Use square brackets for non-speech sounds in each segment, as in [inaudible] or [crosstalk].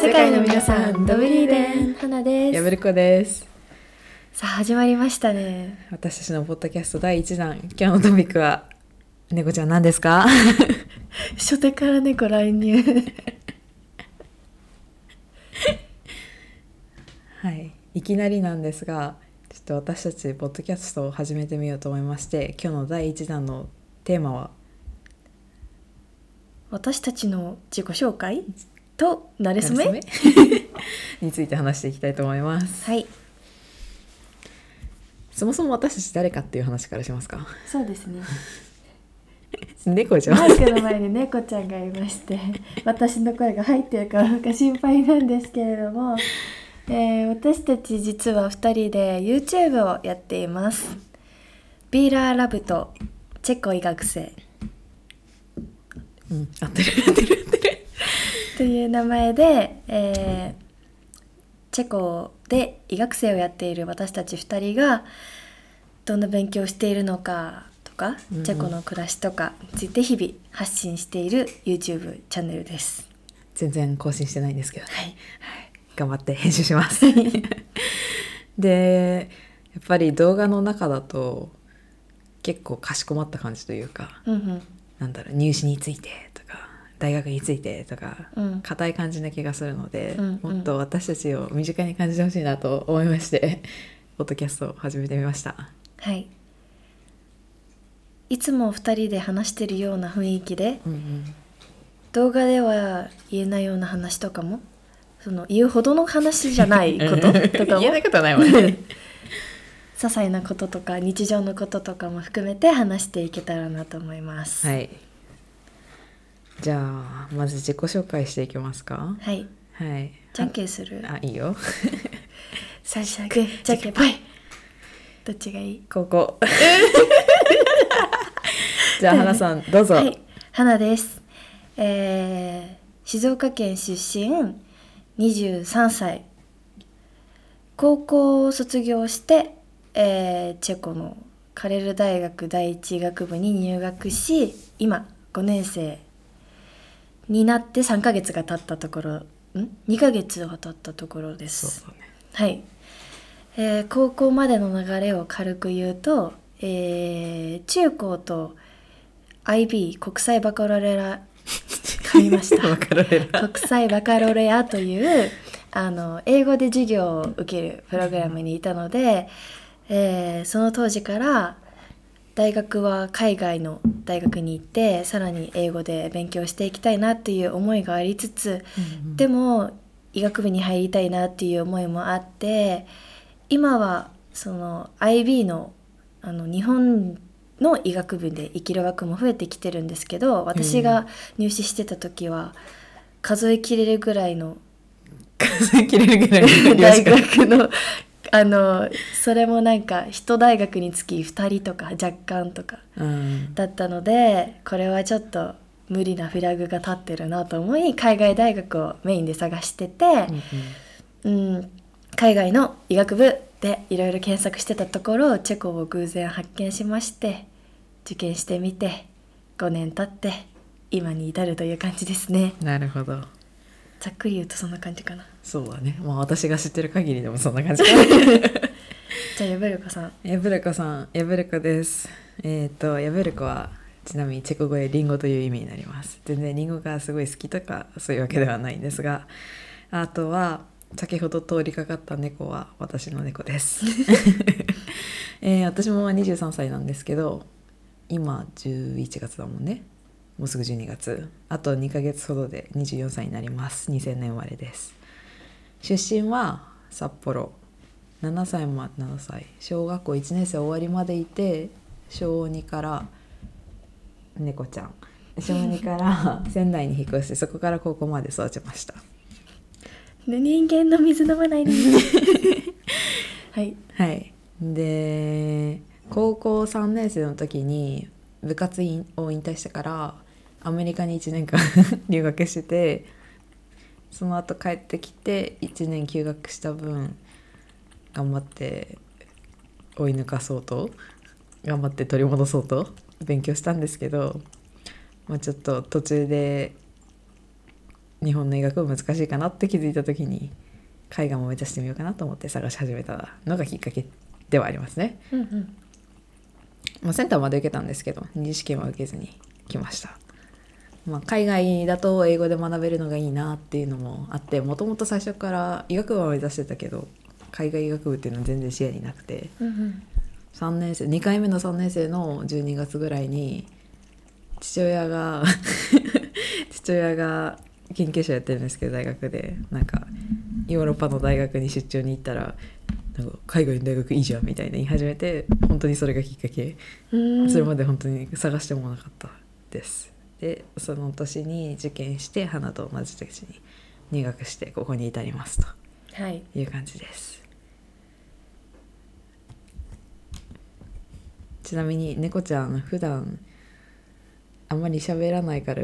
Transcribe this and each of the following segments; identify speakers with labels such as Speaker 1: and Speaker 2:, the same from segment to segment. Speaker 1: 世界の皆さんドブリーデン
Speaker 2: 花で
Speaker 1: や
Speaker 2: す
Speaker 1: める子です
Speaker 2: さあ始まりましたね
Speaker 1: 私たちのポッドキャスト第1弾今日のトピックは猫ちゃん何ですか
Speaker 2: 初手から猫乱入
Speaker 1: はいいきなりなんですがちょっと私たちポッドキャストを始めてみようと思いまして今日の第1弾のテーマは
Speaker 2: 私たちの自己紹介となれ
Speaker 1: 「
Speaker 2: そめ
Speaker 1: 馴れ初め [laughs] について話していきたいと思います
Speaker 2: はい
Speaker 1: そもそも私たち誰かっていう話からしますか
Speaker 2: そうです [laughs] ね
Speaker 1: 猫じゃん
Speaker 2: マイクの前に猫ちゃんがいまして [laughs] 私の声が入ってるかどうか心配なんですけれども、えー私たち実は2人で YouTube をやっていますビーラーラブとチェコ医学生
Speaker 1: うん合ってる合ってる合ってる
Speaker 2: という名前で、えーチェコで医学生をやっている私たち2人がどんな勉強をしているのかとか、
Speaker 1: うん
Speaker 2: チェコの暮らしとかについて日々発信している YouTube チャンネルです。
Speaker 1: 全然更新してないんですけど
Speaker 2: はい、
Speaker 1: 頑張って編集します。でやっぱり動画の中だと結構かしこまった感じというか
Speaker 2: うん
Speaker 1: なんだろう入試についてとか大学についてとか
Speaker 2: うん
Speaker 1: 硬、い感じな気がするので、
Speaker 2: うんうん
Speaker 1: もっと私たちを身近に感じてほしいなと思いましてポッドキャストを始めてみました。
Speaker 2: はい、いつも2人で話してるような雰囲気で
Speaker 1: うんうん
Speaker 2: 動画では言えないような話とかもその言うほどの話じゃないこととかも
Speaker 1: [laughs] 言えないことはないもん
Speaker 2: [laughs] 些
Speaker 1: ね。
Speaker 2: 細なこととか日常のこととかも含めて話していけたらなと思います、
Speaker 1: はいい。じゃあまず自己紹介していきますか。
Speaker 2: はい、
Speaker 1: はい。
Speaker 2: じゃんけんする
Speaker 1: あいいよ。
Speaker 2: 最初はグーじゃんけんぽいどっちがいい
Speaker 1: ここ。 [laughs] じゃあ、花さん、どうぞ。
Speaker 2: はい花ですえー、静岡県出身23歳高校を卒業して、えーチェコのカレル大学第一学部に入学し今5年生になって3ヶ月が経ったところん2ヶ月が経ったところです
Speaker 1: そうだね。
Speaker 2: はい、えー高校までの流れを軽く言うと、えー中高と IB 国際バカロレラ噛みまし
Speaker 1: [laughs]
Speaker 2: た
Speaker 1: わかるれな。
Speaker 2: 国際バカロレアというあの英語で授業を受けるプログラムにいたので、えーその当時から大学は海外の大学に行ってさらに英語で勉強していきたいなっていう思いがありつつ、でも医学部に入りたいなっていう思いもあって今はその IB のあの日本の医学部で生きる枠も増えてきてるんですけど私が入試してた時は数え切れるぐらいの
Speaker 1: 数え切れ [laughs] るぐらいの量
Speaker 2: 大
Speaker 1: しか
Speaker 2: 学の [laughs] あのそれもなんか一大学につき2人とか若干とか
Speaker 1: うん。
Speaker 2: だったのでこれはちょっと無理なフラグが立ってるなと思い海外大学をメインで探してて。
Speaker 1: うんうん
Speaker 2: うん、海外の医学部でいろいろ検索してたところチェコを偶然発見しまして受験してみて5年経って今に至るという感じですね
Speaker 1: なるほど。
Speaker 2: ざっくり言うとそんな感じかな
Speaker 1: そうだね。まあ、私が知ってる限りでもそんな感じ。
Speaker 2: じゃあヤブルコさん
Speaker 1: ヤブルコさん、ヤブルコです。えっ、と、ヤブルコは、ちなみにチェコ語でリンゴという意味になります。全然リンゴがすごい好きとか、そういうわけではないんですが、あとは、先ほど通りかかった猫は私の猫です。えー私も23歳なんですけど、今11月だもんね。もうすぐ12月。あと2ヶ月ほどで24歳になります。2000年生まれです。出身は札幌7歳ま7歳小学校1年生終わりまでいて小2から猫ちゃん小2から [laughs] 仙台に引っ越してそこから高校まで育ちました
Speaker 2: で人間の水飲まないで [laughs] はい
Speaker 1: はいで高校3年生の時に部活員を引退してからアメリカに1年間 [laughs] 留学しててその後帰ってきて1年休学した分頑張って追い抜かそうと頑張って取り戻そうと勉強したんですけど、まあ、ちょっと途中で日本の医学部難しいかなって気づいた時に絵画も目指してみようかなと思って探し始めたのがきっかけではありますね、
Speaker 2: うんうん
Speaker 1: まあ、センターまで受けたんですけど二次試験は受けずに来ました、まあ、海外だと英語で学べるのがいいなっていうのもあってもともと最初から医学部を目指してたけど海外医学部っていうのは全然視野になくて
Speaker 2: うんうん
Speaker 1: 3年生2回目の3年生の12月ぐらいに父親が [laughs] 父親が研究者やってるんですけど大学でなんかヨーロッパの大学に出張に行ったらなんか海外の大学いいじゃんみたいな言い始めて本当にそれがきっかけ
Speaker 2: うん
Speaker 1: それまで本当に探してもなかったですでその年に受験して花と同じ年に入学してここに至りますと
Speaker 2: はい
Speaker 1: いう感じですちなみに猫ちゃん普段あんまり喋らないから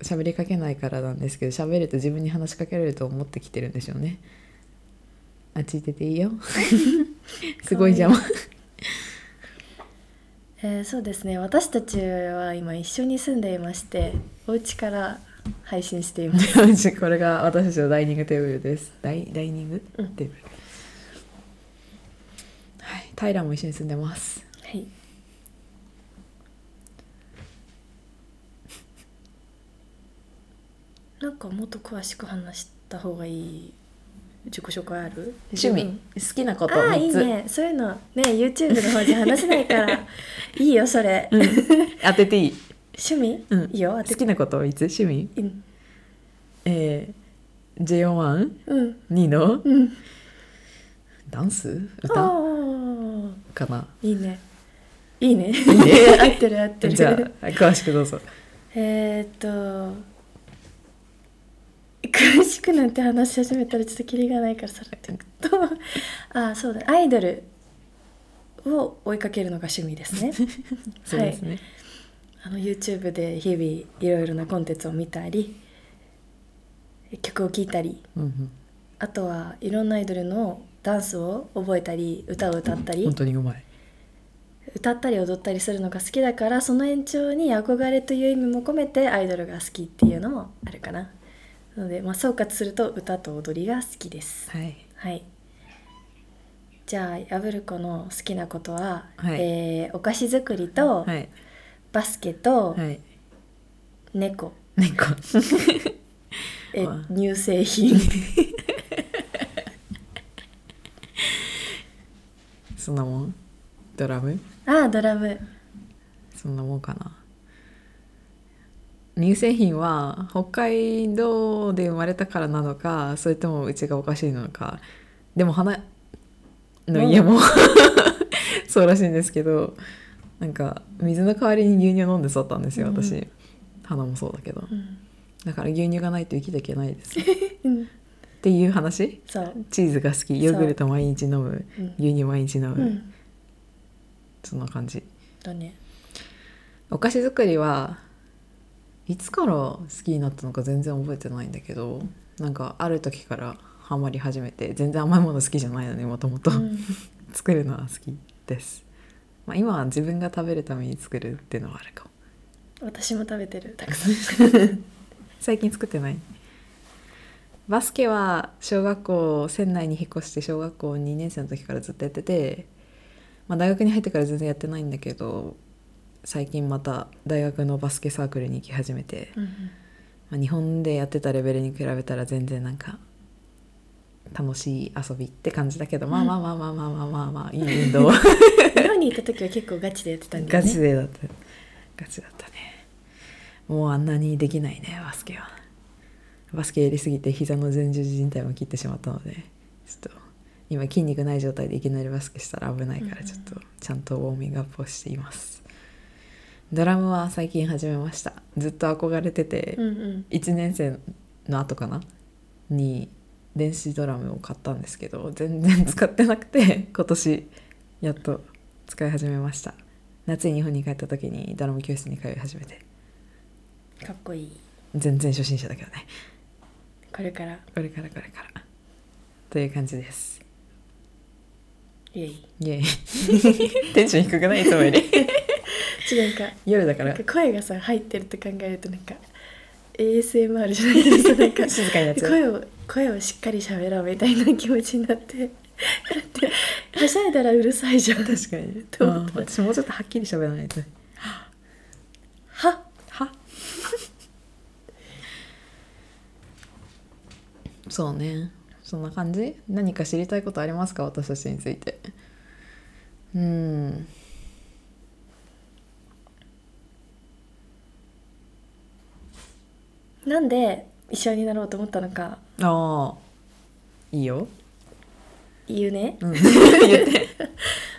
Speaker 1: 喋りかけないからなんですけど喋ると自分に話しかけられると思ってきてるんでしょうねあついてていいよ
Speaker 2: [laughs]
Speaker 1: すごい邪魔
Speaker 2: えーそうですね私たちは今一緒に住んでいましてお家から配信しています
Speaker 1: これが私たちのダイニングテーブルですダイダイニングテ
Speaker 2: う
Speaker 1: ー
Speaker 2: ん
Speaker 1: ブル、はい平も一緒に住んでます
Speaker 2: はい [laughs] なんかもっと詳しく話した方がいい自己紹介ある
Speaker 1: 趣味、好きなこと
Speaker 2: ああい
Speaker 1: 3
Speaker 2: い
Speaker 1: つ
Speaker 2: ねそういうのね YouTube の方じゃ話せない
Speaker 1: [laughs]
Speaker 2: からいいよそれ、
Speaker 1: 当てていい
Speaker 2: 趣味、
Speaker 1: うん
Speaker 2: いいよ当て
Speaker 1: 好きなこといつ趣味
Speaker 2: うん
Speaker 1: えー、JO1
Speaker 2: うん
Speaker 1: ニの
Speaker 2: うん
Speaker 1: ダンス
Speaker 2: あ
Speaker 1: 歌
Speaker 2: ー
Speaker 1: かない
Speaker 2: いねいいね
Speaker 1: いね
Speaker 2: [laughs] 合ってる合ってる
Speaker 1: じゃあ詳しくどうぞ
Speaker 2: えーっと [laughs] 詳しくなんて話し始めたらちょっとキリがないからさらっておくとあそうだアイドルを追いかけるのが趣味ですね
Speaker 1: そうですね、
Speaker 2: あの YouTube で日々いろいろなコンテンツを見たり曲を聴いたり
Speaker 1: うん
Speaker 2: あとはいろんなアイドルのダンスを覚えたり歌を歌った
Speaker 1: うん、
Speaker 2: り
Speaker 1: 本当にうまい
Speaker 2: 歌ったり踊ったりするのが好きだからその延長に憧れという意味も込めてアイドルが好きっていうのもあるかななので、まあ、総括すると歌と踊りが好きです
Speaker 1: はい
Speaker 2: はいじゃあヤブルコの好きなことは、
Speaker 1: はい
Speaker 2: えーお菓子作りと、
Speaker 1: はい
Speaker 2: バスケと、
Speaker 1: はい
Speaker 2: 猫、
Speaker 1: 猫
Speaker 2: え
Speaker 1: わ
Speaker 2: 乳製品
Speaker 1: [laughs] そんなもんドラム
Speaker 2: ああドラム
Speaker 1: そんなもんかな乳製品は北海道で生まれたからなのかそれともうちがおかしいのかでも花の家も [laughs] そうらしいんですけどなんか水の代わりに牛乳飲んで育ったんですよ
Speaker 2: うん
Speaker 1: 私、花もそうだけど
Speaker 2: うん、
Speaker 1: だから牛乳がないと生きていけないですっ
Speaker 2: うん、
Speaker 1: ていう話
Speaker 2: そう
Speaker 1: チーズが好きヨーグルト毎日飲む
Speaker 2: うん、
Speaker 1: 牛乳毎日飲む、
Speaker 2: うん、
Speaker 1: そんな感じ
Speaker 2: だね
Speaker 1: お菓子作りはいつから好きになったのか全然覚えてないんだけどなんかある時からハマり始めて全然甘いもの好きじゃないのにもともと
Speaker 2: うん
Speaker 1: 作るのは好きです、まあ、今は自分が食べるために作るっていうのはあるかも
Speaker 2: 私も食べてるたくさん
Speaker 1: [laughs] 最近作ってないバスケは小学校仙内に引っ越して小学校2年生の時からずっとやってて、まあ、大学に入ってから全然やってないんだけど最近また大学のバスケサークルに行き始めて
Speaker 2: うん
Speaker 1: まあ、日本でやってたレベルに比べたら全然なんか楽しい遊びって感じだけど、まあ
Speaker 2: うん
Speaker 1: まあまあまあまあまあまあまあいい運動
Speaker 2: [laughs] 日本にいた時は結構ガチでやってたんだ
Speaker 1: ガ
Speaker 2: よね
Speaker 1: チでだったガチだったねもうあんなにできないねバスケはバスケやりすぎて膝の前十字靭帯も切ってしまったのでちょっと今筋肉ない状態でいきなりバスケしたら危ないから
Speaker 2: うん
Speaker 1: ちょっとちゃんとウォーミングアップをしていますドラムは最近始めましたずっと憧れてて、
Speaker 2: うんうん
Speaker 1: 1年生の後かなに電子ドラムを買ったんですけど全然使ってなくて [laughs] 今年やっと使い始めました夏に日本に帰った時にドラム教室に通い始めて
Speaker 2: かっこいい
Speaker 1: 全然初心者だけどね
Speaker 2: これから
Speaker 1: これからこれからという感じです
Speaker 2: イエイ
Speaker 1: イ [laughs] エイテンション低くないいつもより
Speaker 2: 違うか
Speaker 1: 夜だから
Speaker 2: なんか声がさ入ってるって考えるとなんか ASMR じゃないです [laughs] なん
Speaker 1: [laughs]
Speaker 2: か
Speaker 1: 静かになっちゃう
Speaker 2: 声を声をしっかり喋ろうみたいな気持ちになってだってはしゃいだらうるさいじゃん
Speaker 1: 確かに
Speaker 2: と思った
Speaker 1: あー私もうちょっとはっきり喋らないと
Speaker 2: は
Speaker 1: は [laughs] そうねそんな感じ何か知りたいことありますか私たちについてうん
Speaker 2: なんで一緒になろうと思ったのか
Speaker 1: ああいいよ、
Speaker 2: 言うね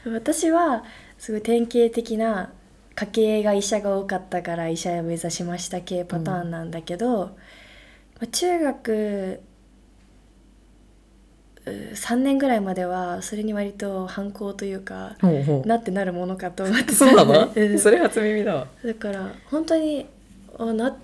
Speaker 1: うん、 [laughs]
Speaker 2: 私はすごい典型的な家系が医者が多かったから医者を目指しました系パターンなんだけど、まあ中学3年ぐらいまではそれに割と反抗というか
Speaker 1: ほうほう
Speaker 2: なってなるものかと思ってた
Speaker 1: そうな [laughs]
Speaker 2: うん
Speaker 1: のそれ初耳だわ
Speaker 2: だから本当にあな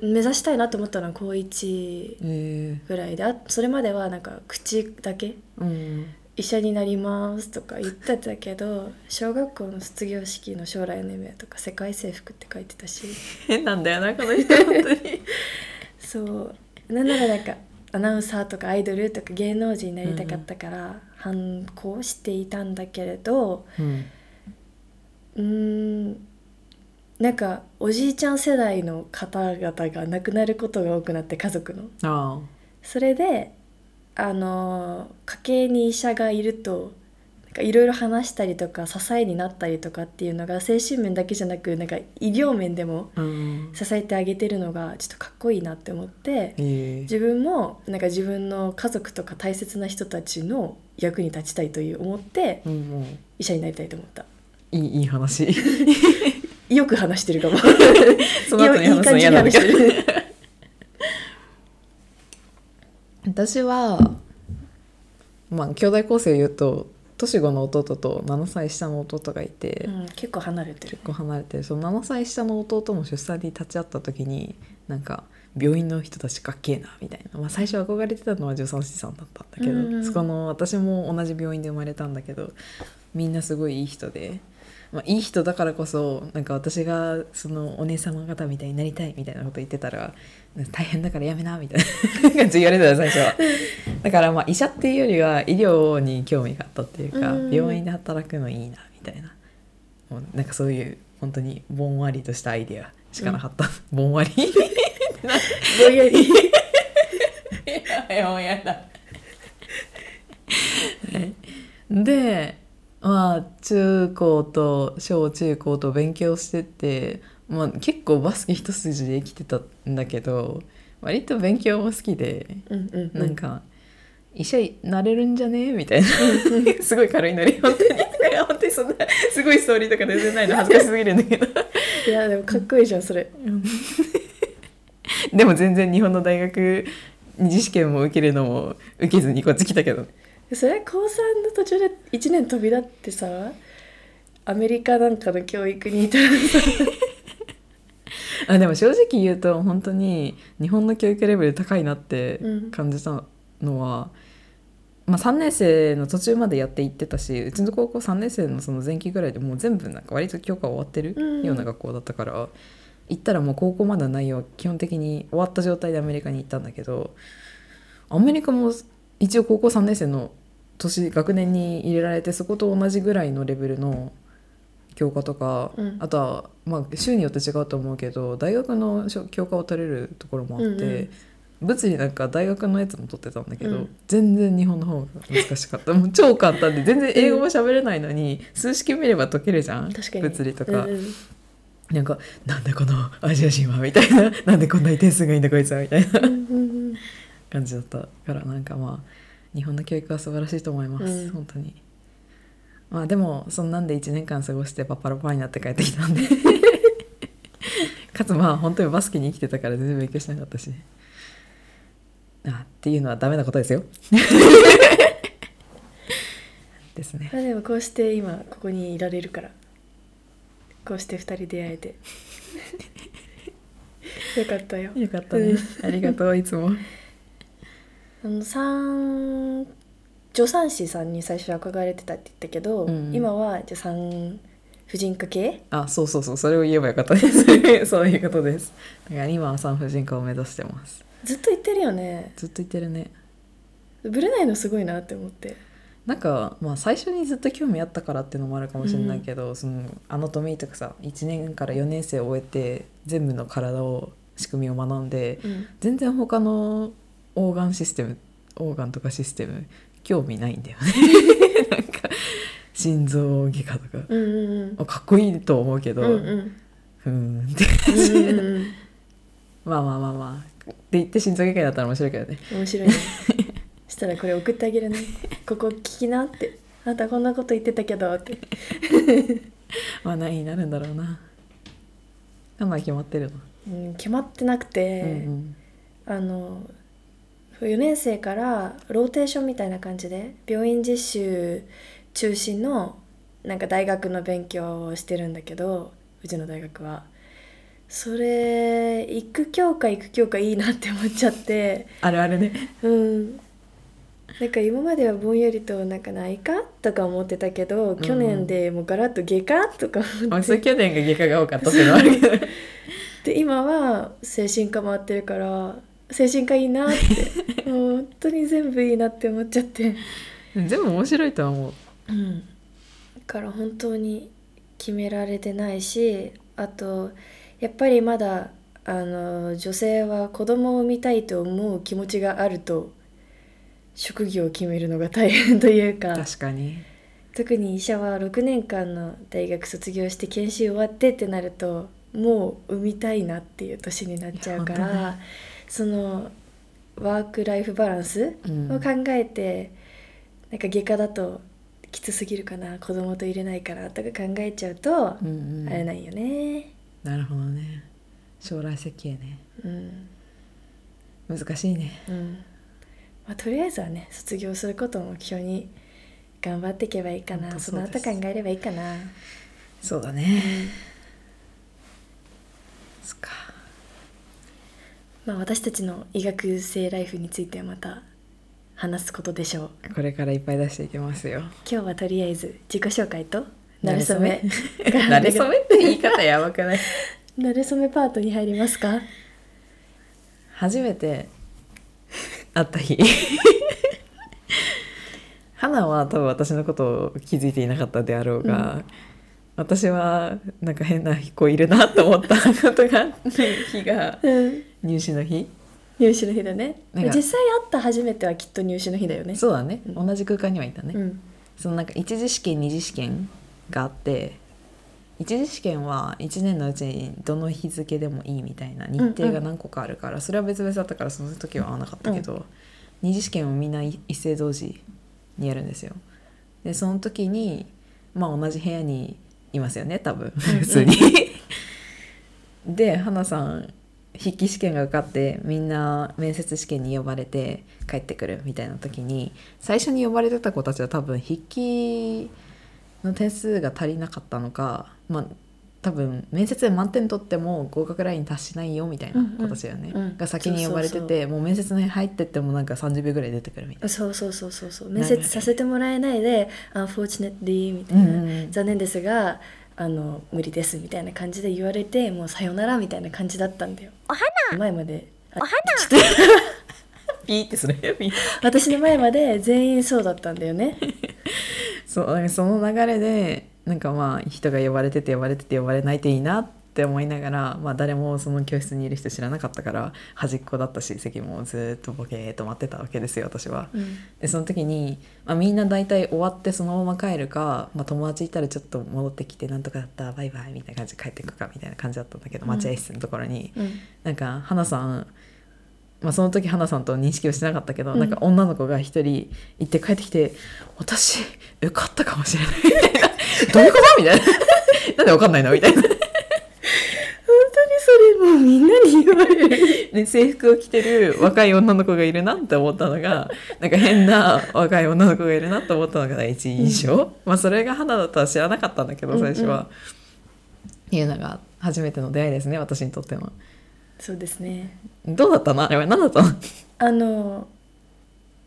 Speaker 2: 目指したいなと思ったのは高1
Speaker 1: え
Speaker 2: ぐらいであそれまではなんか口だけ
Speaker 1: えうん
Speaker 2: 医者になりますとか言ってたけど小学校の卒業式の将来の夢とか世界征服って書いてたし
Speaker 1: [laughs] 変なんだよなこの人本当に
Speaker 2: そうなんならなんかアナウンサーとかアイドルとか芸能人になりたかったから反抗していたんだけれど
Speaker 1: うん
Speaker 2: うーんなんかおじいちゃん世代の方々が亡くなることが多くなって家族の。
Speaker 1: あ
Speaker 2: それであの家計に医者がいるとなんかいろいろ話したりとか支えになったりとかっていうのが精神面だけじゃなくなんか医療面でも
Speaker 1: あうん
Speaker 2: 支えてあげてるのがちょっとかっこいいなって思って
Speaker 1: ええ
Speaker 2: 自分もなんか自分の家族とか大切な人たちの役に立ちたいという思って
Speaker 1: うんもう
Speaker 2: 医者になりたいと思った
Speaker 1: いいいい話
Speaker 2: よく話してるかも
Speaker 1: [laughs] その後に
Speaker 2: いい
Speaker 1: 話す
Speaker 2: 感じ
Speaker 1: の嫌
Speaker 2: に
Speaker 1: なんだ
Speaker 2: 話し
Speaker 1: けど
Speaker 2: てる
Speaker 1: [laughs] 私はまあ兄弟構成を言うと年子の弟と7歳下の弟がいて、
Speaker 2: うん結構離れてる
Speaker 1: 結構離れてその7歳下の弟も出産に立ち会った時になんか病院の人たちかっけえなみたいな、まあ、最初憧れてたのは助産師さんだったんだけど、
Speaker 2: うんうん
Speaker 1: そこの私も同じ病院で生まれたんだけどみんなすごいいい人で、まあ、いい人だからこそなんか私がそのお姉様方みたいになりたいみたいなこと言ってたら大変だからやめなみたいな [laughs] 感じで言われてたの最初は。だからまあ医者っていうよりは医療に興味があったっていうか、
Speaker 2: うん
Speaker 1: 病院で働くのいいなみたいなもうなんかそういう本当にぼんわりとしたアイディアしかなかった、ぼんわ [laughs] り
Speaker 2: ぼんやり
Speaker 1: [laughs] もうやだ、はいでまあ中高と小中高と勉強してて、まあ、結構バスケ一筋で生きてたんだけど割と勉強も好きで
Speaker 2: うんうんう
Speaker 1: なんか、医者になれるんじゃねみたい [laughs] なすごい軽いノリ本当 [laughs] になんか本当にそんなすごいストーリーとか全然ないの恥ずかしすぎるんだけど
Speaker 2: いやでもかっこいいじゃんそれ
Speaker 1: でも全然日本の大学二次試験も受けるのも受けずにこっち来たけど
Speaker 2: それ高3の途中で1年飛び立ってさアメリカなんかの教育にいたらさ
Speaker 1: あでも正直言うと本当に日本の教育レベル高いなって
Speaker 2: うん
Speaker 1: 感じたのは、まあ、3年生の途中までやっていってたしうちの高校3年生のその前期ぐらいでもう全部なんか割と教科終わって
Speaker 2: うん
Speaker 1: るような学校だったから、行ったらもう高校までの内容は基本的に終わった状態でアメリカに行ったんだけどアメリカも一応高校3年生の年学年に入れられてそこと同じぐらいのレベルの教科とか、
Speaker 2: うん
Speaker 1: あとは、まあ、州によって違うと思うけど大学のしょ教科を取れるところもあって、
Speaker 2: うんうん
Speaker 1: 物理なんか大学のやつも取ってたんだけど、
Speaker 2: うん
Speaker 1: 全然日本の方が難しかったもう超簡単で全然英語も喋れないのに、数式見れば解けるじゃ
Speaker 2: [laughs]
Speaker 1: ん
Speaker 2: 確かに
Speaker 1: 物理とか、
Speaker 2: うんうん
Speaker 1: なんかなんでこのアジア人はみたいななんでこんなに点数がいいんだこいつはみたいな
Speaker 2: うん
Speaker 1: 感じだったからなんかまあ日本の教育は素晴らしいと思います、
Speaker 2: うん
Speaker 1: 本当にまあでもそんなんで1年間過ごしてパッパラパーになって帰ってきたんでかつまあ本当にバスケに生きてたから全然勉強しなかったしねあっていうのはダメなことですよ [laughs] ですね
Speaker 2: まあでもこうして今ここにいられるからこうして2人出会えて [laughs] よかったよ
Speaker 1: よかったねありがとういつも
Speaker 2: あの産助産師さんに最初憧れてたって言ったけど、
Speaker 1: うん
Speaker 2: 今は助産婦人科系
Speaker 1: あそうそうそうそれを言えばよかったです [laughs] そういうことですだから今は産婦人科を目指してます
Speaker 2: ずっと言ってるよね
Speaker 1: ずっと言ってるね
Speaker 2: ブレないのすごいなって思って
Speaker 1: なんかまあ最初にずっと興味あったからっていうのもあるかもしれないけど、そのアナトミーとかさ1年から4年生を終えて全部の体を仕組みを学んで、
Speaker 2: うん
Speaker 1: 全然他のオーガンシステムオーガンとかシステム興味ないんだよね [laughs] なんか心臓外科とか、
Speaker 2: うんうん
Speaker 1: あかっこいいと思うけ
Speaker 2: う
Speaker 1: ど、
Speaker 2: んうんうん
Speaker 1: ふーんって [laughs]
Speaker 2: うんうんうん
Speaker 1: まあまあまあまあって言って心臓外科だったら面白いけどね
Speaker 2: 面
Speaker 1: [laughs]
Speaker 2: 白いねしたらこれ送ってあげるねここ聞きなってあんたこんなこと言ってたけどって
Speaker 1: まあ何位になるんだろうな名前決まってるの、
Speaker 2: うん決まってなくて、
Speaker 1: うん
Speaker 2: あの4年生からローテーションみたいな感じで病院実習中心のなんか大学の勉強をしてるんだけどうちの大学はそれ行く教科行く教科いいなって思っちゃって
Speaker 1: あるあるね
Speaker 2: うんなんか今まではぼんやりとなんか内科とか思ってたけど去年でもうガラッと外科とか思
Speaker 1: まあ
Speaker 2: って
Speaker 1: それ去年が外科が多かったっていうのはあるけど
Speaker 2: で今は精神科回ってるから精神科いいなってもう本当に全部いいなって思っちゃって、
Speaker 1: 全部面白いとは思う
Speaker 2: うん、だから本当に決められてないしあとやっぱりまだあの女性は子供を産みたいと思う気持ちがあると職業を決めるのが大変というか
Speaker 1: 確かに
Speaker 2: 特に医者は6年間の大学卒業して研修終わってってなるともう産みたいなっていう年になっちゃうか
Speaker 1: いや
Speaker 2: ら、そのワーク・ライフ・バランス
Speaker 1: うん
Speaker 2: を考えて、なんか外科だときつすぎるかな子供と入れないかなとか考えちゃうと、
Speaker 1: うんうん
Speaker 2: あれなんよね。
Speaker 1: なるほどね将来設計ね
Speaker 2: うん
Speaker 1: 難しいね
Speaker 2: うんまあ、とりあえずはね卒業することを目標に頑張っていけばいいかな
Speaker 1: 本当
Speaker 2: そ
Speaker 1: そう
Speaker 2: の後
Speaker 1: です
Speaker 2: 考えればいいかな。
Speaker 1: そうだねそっか
Speaker 2: まあ、私たちの医学生ライフについてはまた話すことでしょう
Speaker 1: これからいっぱい出していきますよ
Speaker 2: 今日はとりあえず自己紹介となれそめ
Speaker 1: [laughs] なれそ [laughs] めって言い方やばくない
Speaker 2: なれそめパートに入りますか
Speaker 1: 初めて会った日花は多分私のことを気づいていなかったであろうが、私はなんか変な子いるなと思ったことがあった日が
Speaker 2: [laughs] うん
Speaker 1: 入試の日
Speaker 2: 入試の日だね
Speaker 1: なんか
Speaker 2: 実際会った初めてはきっと入試の日だよね
Speaker 1: そうだね、
Speaker 2: うん
Speaker 1: 同じ空間にはいたね、
Speaker 2: うん
Speaker 1: そのなんか一次試験二次試験があって一次試験は1年のうちにどの日付でもいいみたいな日程が何個かあるから、それは別々だったからその時は合わなかったけど、二次試験をみんな一斉同時にやるんですよ。でその時にまあ同じ部屋にいますよね多分普通に。で花さん筆記試験が受かってみんな面接試験に呼ばれて帰ってくるみたいな時に最初に呼ばれてた子たちは多分筆記の点数が足りなかったのかまあ多分面接で満点取っても合格ラインに達しないよみたいな子たちだよね、
Speaker 2: うんうんうん
Speaker 1: が先に呼ばれてて
Speaker 2: そうそう
Speaker 1: もう面接に入ってってもなんか30秒ぐらい出てくるみたい
Speaker 2: そうそうそうそうそう
Speaker 1: なる
Speaker 2: 面
Speaker 1: ほど
Speaker 2: 接させてもらえないで「unfortunately」みたい
Speaker 1: な。
Speaker 2: な、
Speaker 1: うんうん
Speaker 2: 残念ですがあの無理ですみたいな感じで言われてもうさよならみたいな感じだったんだよお花前までお花
Speaker 1: ピーってするピー
Speaker 2: 私の前まで全員そうだったんだよね
Speaker 1: そうなんかその流れでなんかまあ人が呼ばれてて呼ばれてて呼ばれないといいなって思いながら、まあ、誰もその教室にいる人知らなかったから端っこだったし席もずっとボケーっと待ってたわけですよ私は。でその時に、まあ、みんな大体終わってそのまま帰るか、まあ、友達いたらちょっと戻ってきて「なんとかだったバイバイ」みたいな感じで帰っていくかみたいな感じだったんだけど、
Speaker 2: うん
Speaker 1: 待合室のところに、
Speaker 2: うん
Speaker 1: なんか花さん、まあ、その時花さんと認識をしてなかったけど、
Speaker 2: うん
Speaker 1: なんか女の子が一人行って帰ってきて「私受かったかもしれない」みたいな
Speaker 2: [laughs]
Speaker 1: 「どういうこと?」みたいな [laughs] 「なんで分かんないの?」みたいな。
Speaker 2: 本当にそれもうみんなに言われる
Speaker 1: で制服を着てる若い女の子がいるなって思ったのがなんか変な若い女の子がいるなって思ったのが第一印象、まあそれが花だとは知らなかったんだけど最初は、
Speaker 2: うんうん
Speaker 1: っていうのが初めての出会いですね私にとっての
Speaker 2: そうですね
Speaker 1: どうだったのあれは何だったの
Speaker 2: あの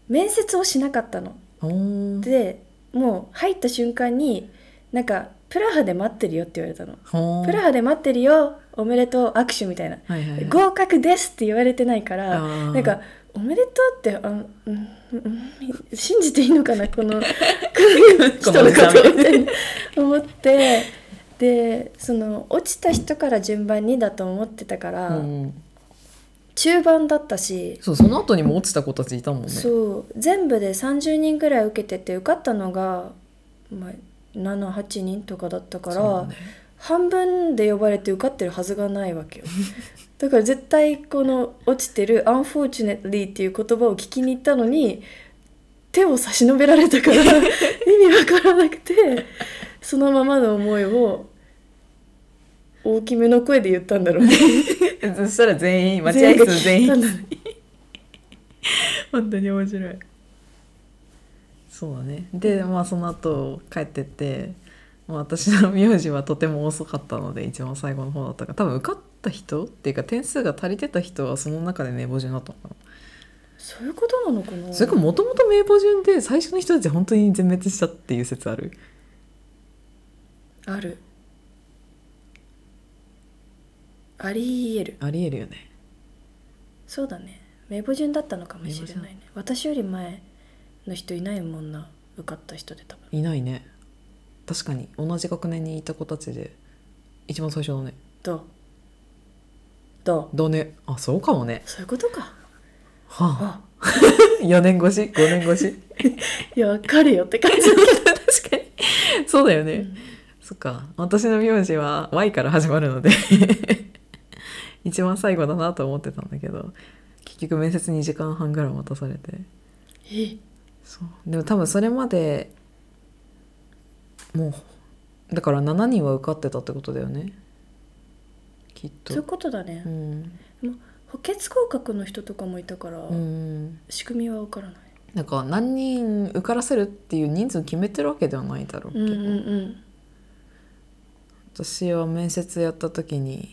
Speaker 2: 面接をしなかったの
Speaker 1: おー
Speaker 2: でもう入った瞬間になんかプラハで待ってるよ」って言われたの「
Speaker 1: ほー
Speaker 2: プラハで待ってるよおめでとう握手」みたいな
Speaker 1: はいはいはい
Speaker 2: 「合格です」って言われてないか
Speaker 1: あ
Speaker 2: ら
Speaker 1: ー
Speaker 2: なんか「おめでとう」ってあん、うんうん、信じていいのかなこのこの人のことみたいな思ってでその落ちた人から順番にだと思ってたから、
Speaker 1: [laughs] うん、
Speaker 2: 中盤だったし
Speaker 1: そうその後にも落ちた子たちいたもんね
Speaker 2: そう全部で30人ぐらい受けてて受かったのが、まあ、78人とかだったから、
Speaker 1: そうね
Speaker 2: 半分で呼ばれて受かってるはずがないわけ [laughs] よだから絶対この落ちてる「unfortunately」っていう言葉を聞きに行ったのに手を差し伸べられた [laughs] から意味わからなくてそのままの思いを大きめの声で言ったんだろう [laughs] ね
Speaker 1: そしたら全員待合室全
Speaker 2: 全員が聞いたん
Speaker 1: 員
Speaker 2: だね
Speaker 1: [laughs] 本当に面白いそうだねでまあその後帰ってって、まあ、私の名字はとても遅かったので一番最後の方だったから多分受かった人っていうか点数が足りてた人はその中で名簿順だったのかな、
Speaker 2: そういうことなのかな
Speaker 1: それかもともと名簿順で最初の人たち本当に全滅したっていう説ある
Speaker 2: あるありえる
Speaker 1: ありえるよね
Speaker 2: そうだね名簿順だったのかもしれないね私より前の人いないもんな受かった人で多分
Speaker 1: いないね確かに同じ学年にいた子たちで一番最初だね
Speaker 2: どうどう
Speaker 1: だねあそうかもね
Speaker 2: そういうことか
Speaker 1: は
Speaker 2: あ
Speaker 1: あ4年越し5年越し
Speaker 2: いやわかるよって感じ [laughs] だ
Speaker 1: 確かにそうだよね、
Speaker 2: うん
Speaker 1: そっか私の名字は Y から始まるので一番最後だなと思ってたんだけど結局面接2時間半ぐらい待たされて
Speaker 2: え
Speaker 1: そうでも多分それまでもうだから7人は受かってたってことだよねきっ
Speaker 2: そういう
Speaker 1: と
Speaker 2: ことだね
Speaker 1: う、ん
Speaker 2: 補欠合格の人とかもいたから、
Speaker 1: うん
Speaker 2: 仕組みはわからない
Speaker 1: なんか何人受からせるっていう人数決めてるわけではないだろうけ
Speaker 2: うん
Speaker 1: ど、
Speaker 2: うんうん
Speaker 1: 私は面接やった時に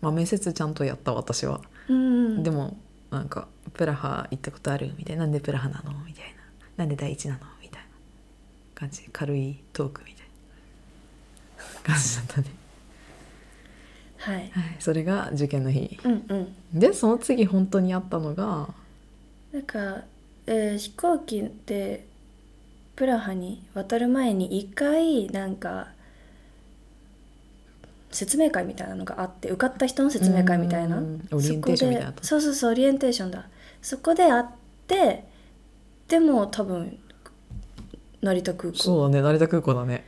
Speaker 1: まあ面接ちゃんとやった私は、
Speaker 2: うんうん
Speaker 1: でもなんか「プラハ行ったことある?」みたいな「なんでプラハなの?」みたいな「なんで第一なの?」みたいな感じ軽いトークみたいな感じだったね、
Speaker 2: はい
Speaker 1: はい、それが受験の日
Speaker 2: うんうん
Speaker 1: でその次本当にあったのが
Speaker 2: なんか、えー飛行機でプラハに渡る前に一回なんか説明会みたいなのがあって受かった人の説明会みたいな
Speaker 1: うんオリエンテーションみたいな
Speaker 2: そこでそうそうそうオリエンテーションだそこで会ってでも多分成田空港
Speaker 1: そうだね成田空港だね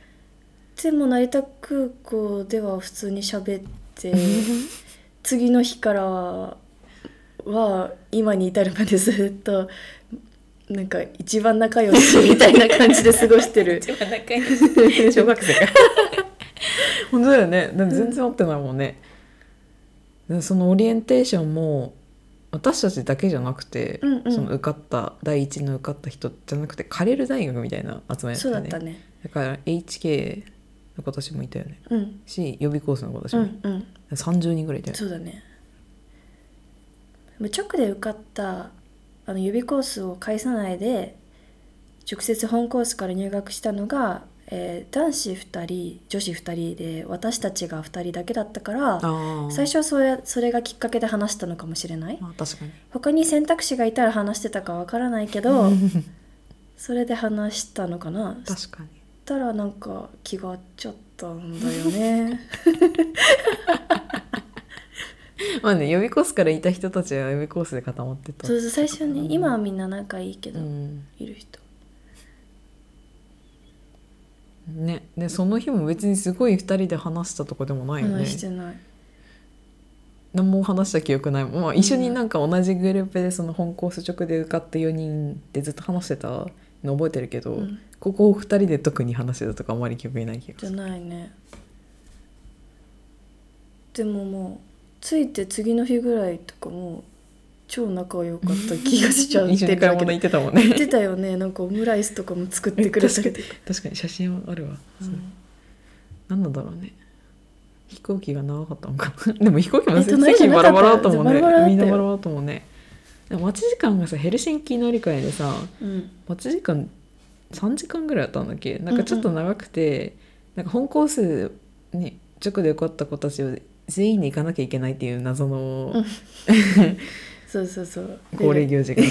Speaker 2: でも成田空港では普通に喋って [laughs] 次の日からは今に至るまでずっとなんか一番仲良しみたいな感じで過ごしてる [laughs]
Speaker 1: 小学生が本当だよねでも全然合ってないもんね、でそのオリエンテーションも私たちだけじゃなくて、
Speaker 2: うんうん
Speaker 1: その受かった第一の受かった人じゃなくて借りる大学みたいな集ま
Speaker 2: [laughs]
Speaker 1: り
Speaker 2: そうだったね
Speaker 1: だから HK の子たちもいたよね
Speaker 2: うん
Speaker 1: し予備コースの子たち
Speaker 2: う
Speaker 1: も、
Speaker 2: んうん
Speaker 1: 30人ぐらいいたよね
Speaker 2: そうだね無直で受かったあの予備コースを介さないで直接本コースから入学したのが、えー男子2人女子2人で私たちが2人だけだったから
Speaker 1: ああ
Speaker 2: 最初はそれそれがきっかけで話したのかもしれない
Speaker 1: まあ確かに
Speaker 2: 他に選択肢がいたら話してたかわからないけ
Speaker 1: [laughs]
Speaker 2: どそれで話したのかなそし
Speaker 1: 確かに
Speaker 2: たらなんか気が合っちゃったんだよね
Speaker 1: [laughs] まあね予備コースからいた人たちは予備コースで固まってた
Speaker 2: そうそう最初ね
Speaker 1: うん
Speaker 2: 今はみんな仲いいけど、
Speaker 1: うん
Speaker 2: いる人
Speaker 1: ね、でその日も別にすごい2人で話したとこでもないよね
Speaker 2: 話してない
Speaker 1: 何も話した記憶ない、まあ、一緒になんか同じグループでその本コース直で受かった4人でずっと話してたの覚えてるけど、
Speaker 2: うん
Speaker 1: ここ2人で特に話してたとかあんまり記憶にない気が
Speaker 2: じ
Speaker 1: す
Speaker 2: ゃ
Speaker 1: る
Speaker 2: ないねでももう着いて次の日ぐらいとかもう超仲良かった気がしちゃって
Speaker 1: 一緒に
Speaker 2: る
Speaker 1: [laughs] 買
Speaker 2: だ
Speaker 1: い
Speaker 2: け
Speaker 1: 物
Speaker 2: で
Speaker 1: 行ってたもん
Speaker 2: 言っ [laughs]
Speaker 1: ね
Speaker 2: てたよねなんかオムライスとかも作ってくれたり
Speaker 1: [laughs] 確か確かに写真はあるわ、そう何なんだろうね飛行機が長かったのかな [laughs] でも飛行機も
Speaker 2: え隣じ
Speaker 1: 席
Speaker 2: ゃな
Speaker 1: バ
Speaker 2: かったよ
Speaker 1: ラバラだったもん
Speaker 2: バ
Speaker 1: ね
Speaker 2: ラバラだったよ
Speaker 1: みんなバラバラだったもんねでも待ち時間がさヘルシンキ乗り換えでさ
Speaker 2: うん
Speaker 1: 待ち時間3時間ぐらいあったんだっけなんかちょっと長くて、なんか本コースに塾で受かった子たちを全員に行かなきゃいけないっていう謎の
Speaker 2: そうそうそう
Speaker 1: 恒例行事があっ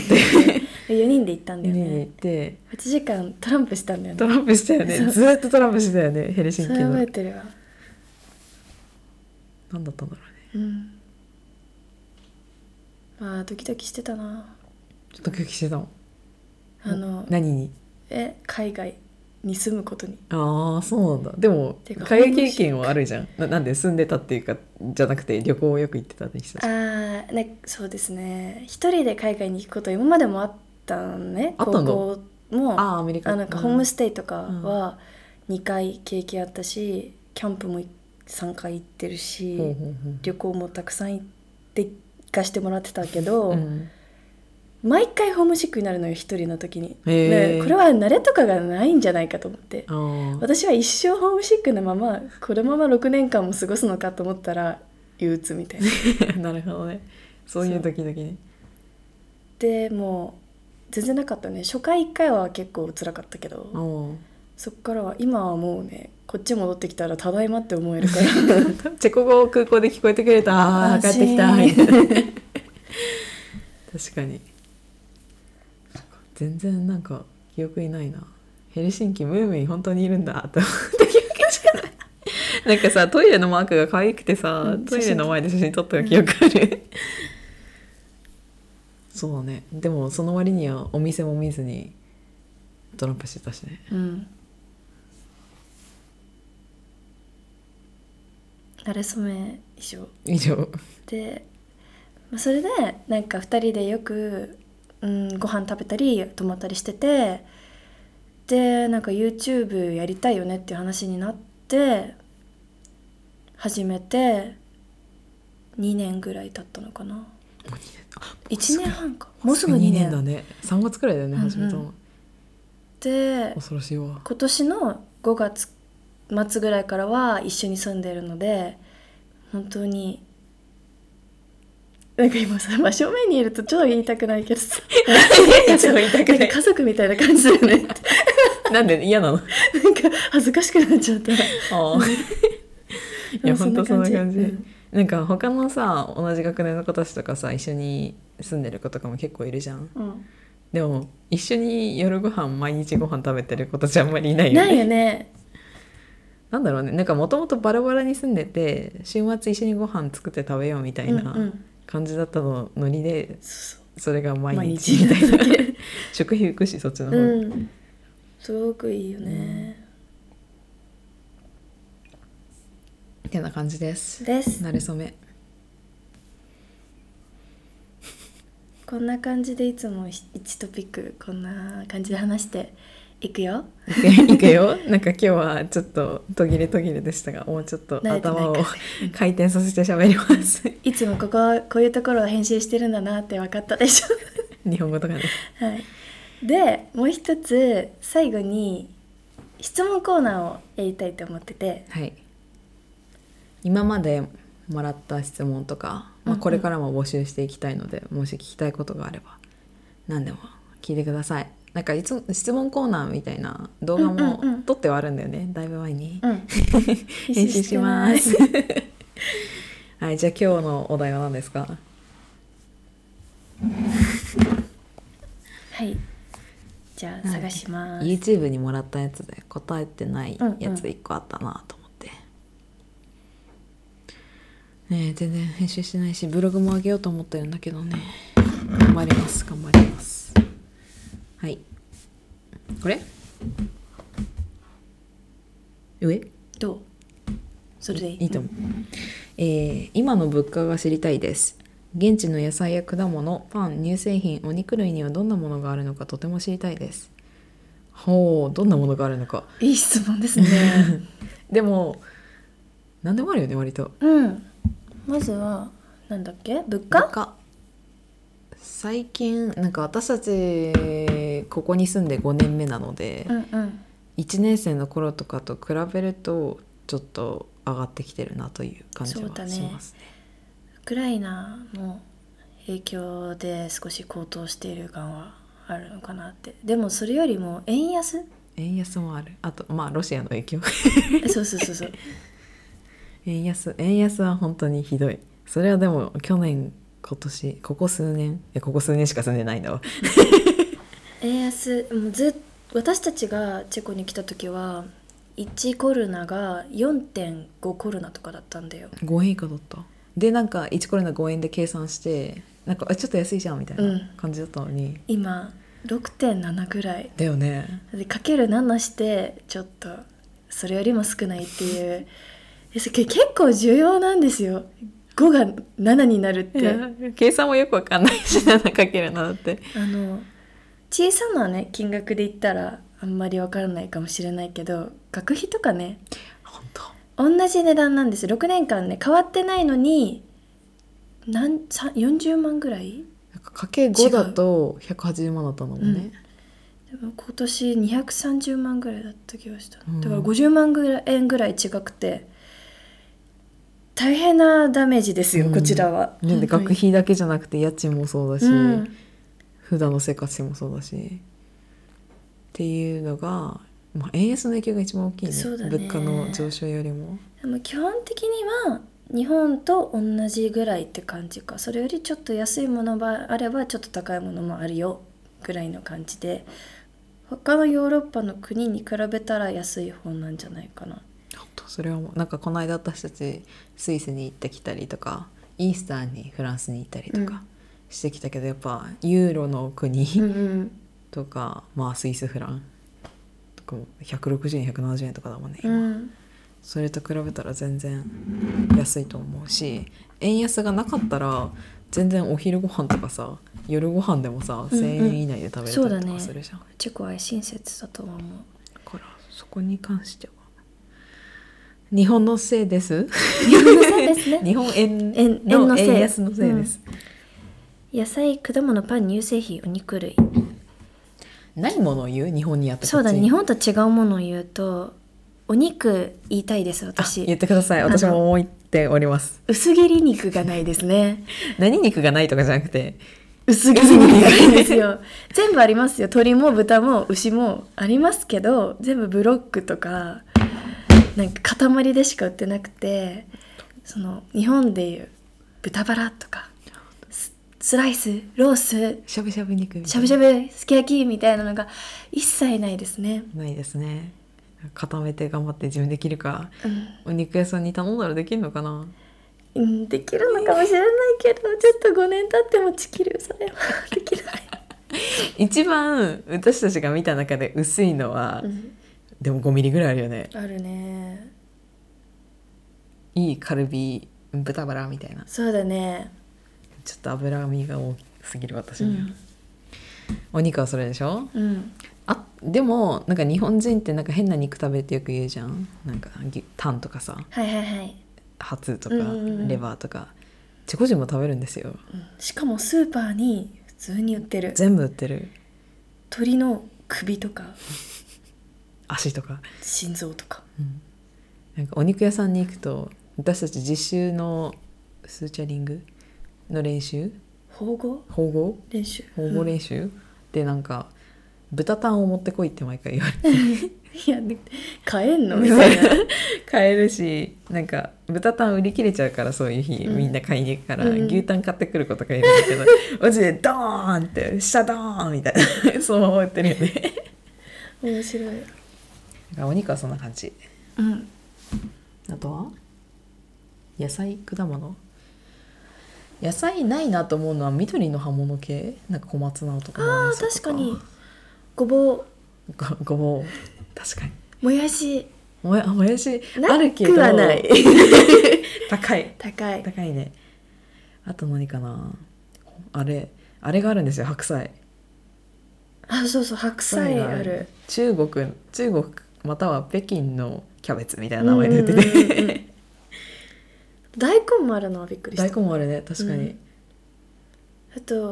Speaker 1: て
Speaker 2: 4人で行ったんだ
Speaker 1: 4
Speaker 2: よ
Speaker 1: 人で行っ
Speaker 2: ね
Speaker 1: て
Speaker 2: 8時間トランプしたんだよ
Speaker 1: [laughs] ト
Speaker 2: ね
Speaker 1: ランプしたよね
Speaker 2: そう
Speaker 1: ずーっとトランプしてたよねヘルシン
Speaker 2: そ
Speaker 1: キ
Speaker 2: れ
Speaker 1: の
Speaker 2: 覚え
Speaker 1: 何
Speaker 2: てるわ
Speaker 1: だったんだろうね
Speaker 2: うんまあドキドキしてたな
Speaker 1: ちょっと空気してたもん
Speaker 2: あの
Speaker 1: 何に
Speaker 2: え海外に住むことに
Speaker 1: ああそうなんだでも
Speaker 2: てか
Speaker 1: 海外経験はあるじゃんななんで住んでたっていうかじゃなくて旅行をよく行ってたって人た
Speaker 2: あ
Speaker 1: ち
Speaker 2: ーねそうですね一人で海外に行くこと今までもあったのね
Speaker 1: あったの
Speaker 2: 高校も
Speaker 1: あーアメリカ
Speaker 2: あなんか
Speaker 1: うん
Speaker 2: ホームステイとかは2回経験あったし、キャンプも3回行ってるし、
Speaker 1: ほうほうほう
Speaker 2: 旅行もたくさん行って行かしてもらってたけど、
Speaker 1: うん
Speaker 2: 毎回ホームシックになるのよ一人の時に、
Speaker 1: へー
Speaker 2: ねこれは慣れとかがないんじゃないかと思って
Speaker 1: あー
Speaker 2: 私は一生ホームシックなままこのまま6年間も過ごすのかと思ったら憂鬱み
Speaker 1: [laughs]
Speaker 2: たいな
Speaker 1: なるほどねそういう時々ね
Speaker 2: でもう全然なかったね初回1回は結構辛かったけど、
Speaker 1: あー
Speaker 2: そっからは今はもうねこっち戻ってきたら「ただいま」って思えるから
Speaker 1: [laughs] チェコ語を空港で聞こえてくれたあー
Speaker 2: 安
Speaker 1: 帰って
Speaker 2: 心
Speaker 1: きたみたいな [laughs] 確かにそっか全然なんか記憶にないなヘルシンキムーミン本当にいるんだと思った記憶しかないなんかさトイレのマークが可愛くてさ、
Speaker 2: うん
Speaker 1: トイレの前で写真撮った記憶ある、そうねでもその割にはお店も見ずにトランプしてたしね
Speaker 2: うん慣れ初め以上
Speaker 1: 以上
Speaker 2: で、まあ、それでなんか2人でよく、うん、ご飯食べたり泊まったりしててでなんか YouTube やりたいよねっていう話になって始めて2年ぐらい経ったのかな1年半かもうすぐ2
Speaker 1: 二
Speaker 2: 年
Speaker 1: だね3月くらいだよね始めたの、
Speaker 2: うんうで
Speaker 1: 恐ろし
Speaker 2: [laughs]
Speaker 1: いわ
Speaker 2: 今年の5月末ぐらいからは一緒に住んでるので本当になんか今さ真正面にいると超言いたくないけどさ
Speaker 1: [laughs] 超言いたくない
Speaker 2: んか家族みたいな感じだよねって
Speaker 1: なんで嫌なの
Speaker 2: なんか恥ずかしくなっちゃった
Speaker 1: [laughs] ああい
Speaker 2: う
Speaker 1: や
Speaker 2: ん
Speaker 1: 本当そんな感じ、
Speaker 2: うん
Speaker 1: なんか他のさ同じ学年の子たちとかさ一緒に住んでる子とかも結構いるじゃんでも一緒に夜ご飯毎日ご飯食べてる子たちあんまりいないよ
Speaker 2: [laughs] ない
Speaker 1: ね
Speaker 2: よね
Speaker 1: なんだろうねなんかもともとバラバラに住んでて週末一緒にご飯作って食べようみたい
Speaker 2: うんう
Speaker 1: なん感じだったのノリで
Speaker 2: そう
Speaker 1: それが
Speaker 2: そう
Speaker 1: 毎
Speaker 2: 毎
Speaker 1: 日
Speaker 2: 日
Speaker 1: みたいな [laughs]
Speaker 2: だけ
Speaker 1: 食費浮くしそっちの方、
Speaker 2: うんすごくいいよね、
Speaker 1: ってな感じです
Speaker 2: です
Speaker 1: なれそめ
Speaker 2: こんな感じでいつも1トピックこんな感じで話していくよ
Speaker 1: [laughs] いくよなんか今日はちょっと途切れ途切れでしたがもうちょっと
Speaker 2: 慣れてない
Speaker 1: 頭を
Speaker 2: から
Speaker 1: 回転させて喋ります [laughs]
Speaker 2: いつもこここういうところを編集してるんだなって分かったでし
Speaker 1: 日本語とかね
Speaker 2: ょ、はい、でもう一つ最後に質問コーナーをやりたいと思ってて
Speaker 1: はい今までもらった質問とか、
Speaker 2: うん
Speaker 1: ま
Speaker 2: う
Speaker 1: あ、
Speaker 2: ん
Speaker 1: これからも募集していきたいので、もし聞きたいことがあれば何でも聞いてくださいなんかいつも質問コーナーみたいな動画も
Speaker 2: うんうんうん
Speaker 1: 撮ってはあるんだよね、だいぶ前に、 [laughs]
Speaker 2: うん
Speaker 1: 編集しま
Speaker 2: 編集
Speaker 1: す [laughs]
Speaker 2: してない
Speaker 1: はいじゃあ今日のお題は何ですか
Speaker 2: はいじゃあ探します
Speaker 1: YouTube にもらったやつで答えてないやつ1個あったなと思って、ねえ全然編集してないしブログも上げようと思ってるんだけどね頑張ります頑張りますはいこれ上
Speaker 2: どうそれでいい
Speaker 1: いいと思う、えー今の物価が知りたいです現地の野菜や果物パン乳製品お肉類にはどんなものがあるのかとても知りたいですほうどんなものがあるのか
Speaker 2: いい質問ですね
Speaker 1: でも何でもあるよね割と
Speaker 2: うんまずはなんだっけ物価
Speaker 1: 最近なんか私たちここに住んで5年目なので、
Speaker 2: うんうん
Speaker 1: 1年生の頃とかと比べるとちょっと上がってきてるなという感じ
Speaker 2: そうだ
Speaker 1: は
Speaker 2: ね
Speaker 1: しますね
Speaker 2: ウクライナの影響で少し高騰している感はあるのかなってでもそれよりも円安
Speaker 1: 円安もあるあとまあロシアの影響
Speaker 2: そうそうそうそう
Speaker 1: 円安円安は本当にひどいそれはでも去年今年ここ数年えここ数年しか住んでないんだわ
Speaker 2: 円安もうずっ私たちがチェコに来た時は1コルナが4.5コルナとかだったんだよ
Speaker 1: 5円以下だったでなんか1コロナ5円で計算してなんかあちょっと安いじゃんみたい
Speaker 2: うん
Speaker 1: な感じだったのに、
Speaker 2: 今6.7ぐらい
Speaker 1: だよね
Speaker 2: でかける7してちょっとそれよりも少ないっていうえそれ結構重要なんですよ5が7になるって
Speaker 1: いや計算もよくわかんないし7かけるなって
Speaker 2: あの小さなね金額で言ったらあんまりわからないかもしれないけど学費とかね
Speaker 1: 本当
Speaker 2: 同じ値段なんです6年間ね変わってないのになんさ40万ぐらい
Speaker 1: なんかかけ5だと180万だったんだもんね、
Speaker 2: でも今年230万ぐらいだった気がした
Speaker 1: うん
Speaker 2: だから50万ぐらい円ぐらい違くて大変なダメージですよ、
Speaker 1: うん
Speaker 2: こちらは。
Speaker 1: なんで
Speaker 2: 本当
Speaker 1: 学
Speaker 2: に
Speaker 1: 費だけじゃなくて家賃もそうだし、
Speaker 2: うん
Speaker 1: 普段の生活費もそうだしっていうのが、まあ、円安の影響が一番大きいね
Speaker 2: そうだね
Speaker 1: 物価の上昇よりも
Speaker 2: でも基本的には日本と同じぐらいって感じかそれよりちょっと安いものがあればちょっと高いものもあるよぐらいの感じで他のヨーロッパの国に比べたら安い方なんじゃないかな。
Speaker 1: 本当それはもうなんかこの間私たちスイスに行ってきたりとかイースターにフランスに行ったりと
Speaker 2: うん
Speaker 1: かしてきたけど、やっぱユーロの国
Speaker 2: うんうん
Speaker 1: とか、まあスイスフランとかも160円170円とかだもんね、
Speaker 2: う
Speaker 1: 今
Speaker 2: ん、
Speaker 1: それと比べたら全然安いと思うし円安がなかったら全然お昼ご飯とかさ夜ご飯でもさ、
Speaker 2: うんうん
Speaker 1: 1,000円以内で食べ
Speaker 2: そう
Speaker 1: れ
Speaker 2: だ
Speaker 1: た
Speaker 2: ね
Speaker 1: りとかするじゃんだ,、
Speaker 2: チェコは親切だとは思う。
Speaker 1: からそこに関しては日本のせいです
Speaker 2: 日本のせいですね
Speaker 1: [laughs] 日本
Speaker 2: 円
Speaker 1: 円
Speaker 2: 円の
Speaker 1: の
Speaker 2: せい
Speaker 1: 円安のせいです、
Speaker 2: 野菜果物パン乳製品お肉類
Speaker 1: ないものを言う日本にやって
Speaker 2: そうだね日
Speaker 1: 本
Speaker 2: 本と違うものを言うとお肉言いたいです
Speaker 1: 言っ
Speaker 2: 私
Speaker 1: てください
Speaker 2: あの
Speaker 1: 私も思っております
Speaker 2: 薄切り肉がないですね
Speaker 1: 何肉がないとかじゃなくて
Speaker 2: 薄切り肉がないんですよ [laughs] 全部ありますよ鶏も豚も牛もありますけど全部ブロックとかなんか塊でしか売ってなくてその日本でいう豚バラとかススライスロース
Speaker 1: しゃぶしゃぶ肉みたいな
Speaker 2: しゃぶしゃぶすき焼きみたいなのが一切ないですね、
Speaker 1: ないですね固めて頑張って自分できるか
Speaker 2: うん
Speaker 1: お肉屋さんに頼んだらできるのかな
Speaker 2: うん、できるのかもしれないけどちょっと5年経ってもちきるそれは [laughs] できない、
Speaker 1: 一番私たちが見た中で薄いのは、でも5ミリぐらいあるよね
Speaker 2: あるね
Speaker 1: いいカルビ豚バラみたいな
Speaker 2: そうだね
Speaker 1: ちょっと脂身が大きすぎる私には、
Speaker 2: うん
Speaker 1: お肉はそれでしょ
Speaker 2: うん
Speaker 1: あでもなんか日本人ってなんか変な肉食べるってよく言うじゃんなんか牛タンとかさ
Speaker 2: はいはいはい、
Speaker 1: ハツとか
Speaker 2: うんうんうん
Speaker 1: レバーとかチェコ人も食べるんですよ
Speaker 2: うん、しかもスーパーに普通に売ってる
Speaker 1: 全部売ってる
Speaker 2: 鳥の首とか
Speaker 1: 足とか
Speaker 2: 心臓とか
Speaker 1: なんかお肉屋さんに行くと私たち実習のスーチャリングの練習
Speaker 2: 縫合
Speaker 1: 縫合
Speaker 2: 練習
Speaker 1: 縫合練習、でなんか豚タンを持ってこいって毎回言われて
Speaker 2: いやで買えんのみたいな
Speaker 1: [laughs] 買えるしなんか豚タン売り切れちゃうからそういう日、
Speaker 2: うん
Speaker 1: みんな買いに行くから、
Speaker 2: うん
Speaker 1: 牛タン買ってくることがいるんだけど [laughs] マジでドーンってシャドーンみたいな [laughs] そのまま売ってるよね
Speaker 2: 面白い
Speaker 1: なんかお肉はそんな感じ
Speaker 2: うん
Speaker 1: あとは野菜果物野菜ないなと思うのは緑の葉物系なんか小松菜とか
Speaker 2: あー確かにごぼ
Speaker 1: ごごぼう確かに
Speaker 2: うもやし
Speaker 1: もやあもやし
Speaker 2: なくは
Speaker 1: あるけど
Speaker 2: ない
Speaker 1: 高い
Speaker 2: 高い
Speaker 1: 高いねあと何かなあれあれがあるんですよ白菜
Speaker 2: あそうそう白菜ある
Speaker 1: 中国中国または北京のキャベツみたいな名前で売って
Speaker 2: うんうんうんう
Speaker 1: て
Speaker 2: ん大根もあるのはびっくりした
Speaker 1: 大根もあれね確かに、
Speaker 2: うんあと
Speaker 1: 野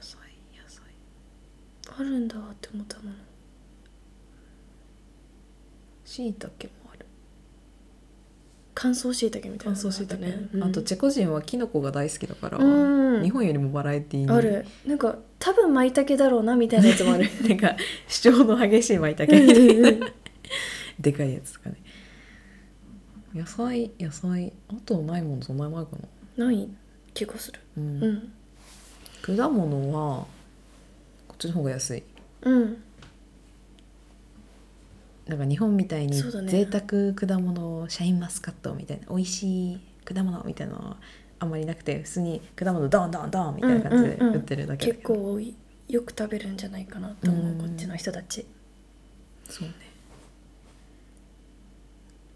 Speaker 1: 菜野菜
Speaker 2: あるんだって思ったもの
Speaker 1: しいたけもある
Speaker 2: 乾燥しいたけみたい
Speaker 1: 乾
Speaker 2: なのがあ
Speaker 1: 燥
Speaker 2: っ
Speaker 1: したいた
Speaker 2: ね
Speaker 1: け、あとチェコ人はキノコが大好きだから、
Speaker 2: うん
Speaker 1: 日本よりもバラエティーに
Speaker 2: あるなんか多分舞茸だろうなみたいなやつも [laughs] ある
Speaker 1: [laughs] なんか主張の激しい舞茸みたいなでかいやつとかね野菜野菜あとないものそんなにないかな、
Speaker 2: ない気がする
Speaker 1: うん
Speaker 2: うん
Speaker 1: 果物はこっちの方が安い
Speaker 2: うん
Speaker 1: なんか日本みたいに
Speaker 2: そうだね
Speaker 1: 贅沢果物、シャインマスカットみたいな美味しい果物みたいなのはあんまりなくて普通に果物ドンドンドンみたいな感じで
Speaker 2: うんうんうん
Speaker 1: 売ってるだけだ
Speaker 2: 結
Speaker 1: けど、
Speaker 2: 構多いよく食べるんじゃないかなと思う、
Speaker 1: うん
Speaker 2: こっちの人たち
Speaker 1: そうね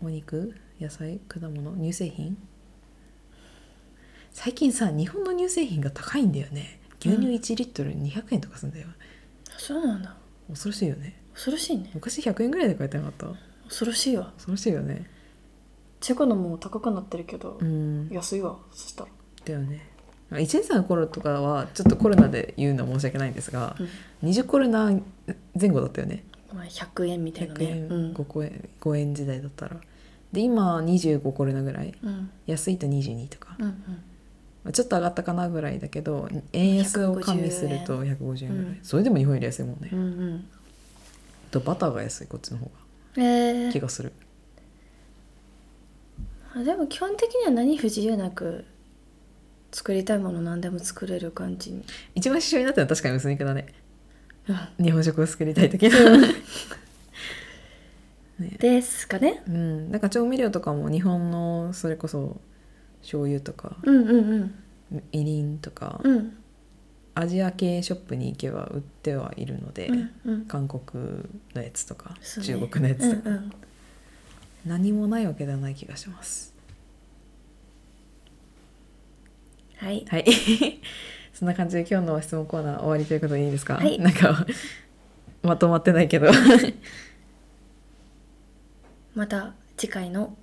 Speaker 1: お肉野菜果物乳製品最近さ日本の乳製品が高いんだよね牛乳
Speaker 2: うん
Speaker 1: 1リットル200円とかすんだよ、
Speaker 2: あそうなんだ
Speaker 1: 恐ろしいよね
Speaker 2: 恐ろしいね
Speaker 1: 昔100円ぐらいで買えてなかった
Speaker 2: 恐ろしいわ
Speaker 1: 恐ろしいよね
Speaker 2: チェコのも高くなってるけど
Speaker 1: うん
Speaker 2: 安いわそしたら、
Speaker 1: だよね1年生の頃とかはちょっとコロナで言うのは申し訳ないんですが、20コロナ前後だったよね
Speaker 2: まあ、100円みたいな
Speaker 1: 100
Speaker 2: ね
Speaker 1: 円、
Speaker 2: うん
Speaker 1: 5円5円時代だったらで今25コロナぐらい
Speaker 2: うん
Speaker 1: 安いと22とか
Speaker 2: う、ん
Speaker 1: まあちょっと上がったかなぐらいだけど円安を加味すると150円ぐらい、
Speaker 2: うん
Speaker 1: それでも日本より安いもんね、
Speaker 2: うんうん
Speaker 1: あとバターが安いこっちの方
Speaker 2: うんえ
Speaker 1: が気
Speaker 2: ー
Speaker 1: がする
Speaker 2: あでも基本的には何不自由なく作りたいもの何でも作れる感じに、
Speaker 1: 一番主張になったのは確かに薄肉だね
Speaker 2: うん
Speaker 1: 日本食を作りたい時の
Speaker 2: [laughs]
Speaker 1: ね
Speaker 2: ですかね
Speaker 1: うん、なんか調味料とかも日本のそれこそ醤油とか
Speaker 2: うんうんうん
Speaker 1: みりんとか、
Speaker 2: うん
Speaker 1: アジア系ショップに行けば売ってはいるので、
Speaker 2: うんうん
Speaker 1: 韓国のやつとか、
Speaker 2: そうね
Speaker 1: 中国のやつとか、
Speaker 2: うんうん
Speaker 1: 何もないわけではない気がします
Speaker 2: はい
Speaker 1: はい [laughs] そんな感じで今日の質問コーナー終わりということでいいですか、
Speaker 2: はい
Speaker 1: なんかまとまってないけ
Speaker 2: [laughs]
Speaker 1: ど
Speaker 2: また次回の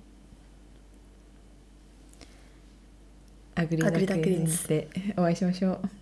Speaker 1: アグリ
Speaker 2: アグリダ
Speaker 1: ダ
Speaker 2: ク
Speaker 1: ク
Speaker 2: イ
Speaker 1: イ
Speaker 2: ーン
Speaker 1: ーン
Speaker 2: ズ
Speaker 1: でお会いしましょう